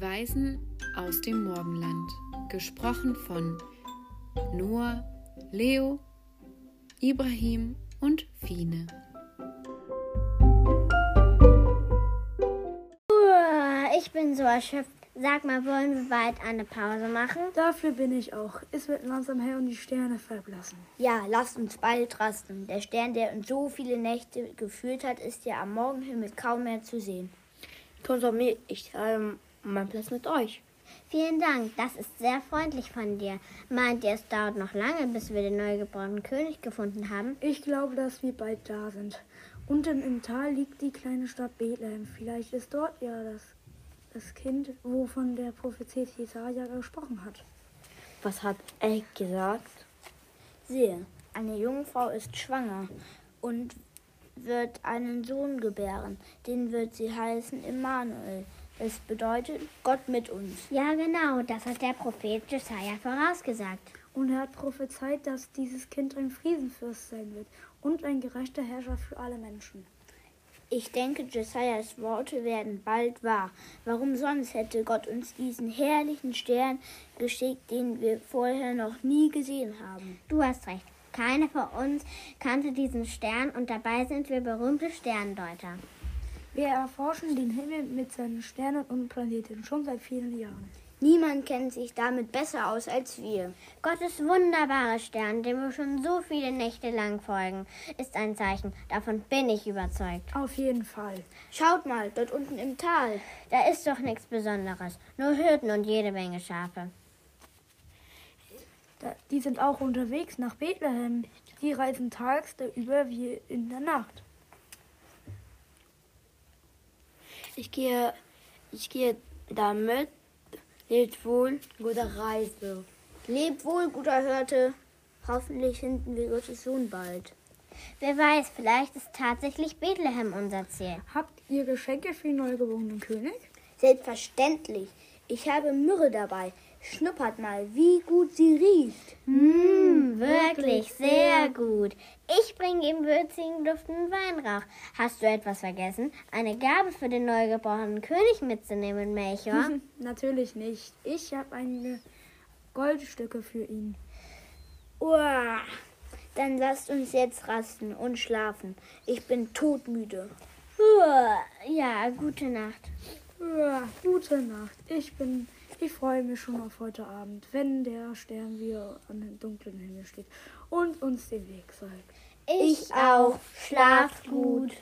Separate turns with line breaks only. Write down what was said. Reisen aus dem Morgenland. Gesprochen von Noah, Leo, Ibrahim und Fine.
Uah, Äh, Ich bin so erschöpft. Sag mal, wollen wir bald eine Pause machen?
Dafür bin ich auch. Es wird langsam hell und die Sterne verblassen.
Ja, lasst uns bald rasten. Der Stern, der uns so viele Nächte geführt hat, ist ja am Morgenhimmel kaum mehr zu sehen.
Konsumiert ich ähm, meinen Platz mit euch.
Vielen Dank, das ist sehr freundlich von dir. Meint ihr, es dauert noch lange, bis wir den neugeborenen König gefunden haben?
Ich glaube, dass wir bald da sind. Unten im Tal liegt die kleine Stadt Bethlehem. Vielleicht ist dort ja das, das Kind, wovon der Prophet Jesaja gesprochen hat.
Was hat Eck gesagt?
Sehe, eine Jungfrau ist schwanger und wird einen Sohn gebären. Den wird sie heißen Immanuel. Es bedeutet Gott mit uns.
Ja, genau, das hat der Prophet Jesaja vorausgesagt.
Und er hat prophezeit, dass dieses Kind ein Friesenfürst sein wird und ein gerechter Herrscher für alle Menschen.
Ich denke, Jesajas Worte werden bald wahr. Warum sonst hätte Gott uns diesen herrlichen Stern geschickt, den wir vorher noch nie gesehen haben?
Du hast recht. Keiner von uns kannte diesen Stern und dabei sind wir berühmte Sterndeuter.
Wir erforschen den Himmel mit seinen Sternen und Planeten schon seit vielen Jahren.
Niemand kennt sich damit besser aus als wir.
Gottes wunderbare Stern, dem wir schon so viele Nächte lang folgen, ist ein Zeichen. Davon bin ich überzeugt.
Auf jeden Fall.
Schaut mal, dort unten im Tal.
Da ist doch nichts Besonderes. Nur Hürden und jede Menge Schafe.
Da, die sind auch unterwegs nach Bethlehem. Die reisen tags darüber wie in der Nacht.
Ich gehe, ich gehe damit. Lebt wohl, gute Reise.
Lebt wohl, guter Hirte. Hoffentlich finden wir Gottes Sohn bald.
Wer weiß, vielleicht ist tatsächlich Bethlehem unser Ziel.
Habt ihr Geschenke für den neugeborenen König?
Selbstverständlich. Ich habe Myrrhe dabei. Schnuppert mal, wie gut sie riecht.
Mmm, wirklich sehr gut. Ich bringe ihm würzigen duftenden Weinrauch. Hast du etwas vergessen? Eine Gabe für den neugeborenen König mitzunehmen, Melchior?
Hm, Natürlich nicht. Ich habe eine Goldstücke für ihn.
Uah. Dann lasst uns jetzt rasten und schlafen. Ich bin todmüde.
Uah, Ja, gute Nacht.
Ja, gute Nacht. Ich bin. Ich freue mich schon auf heute Abend, wenn der Stern wieder an den dunklen Himmel steht und uns den Weg zeigt.
Ich auch. Schlaft gut.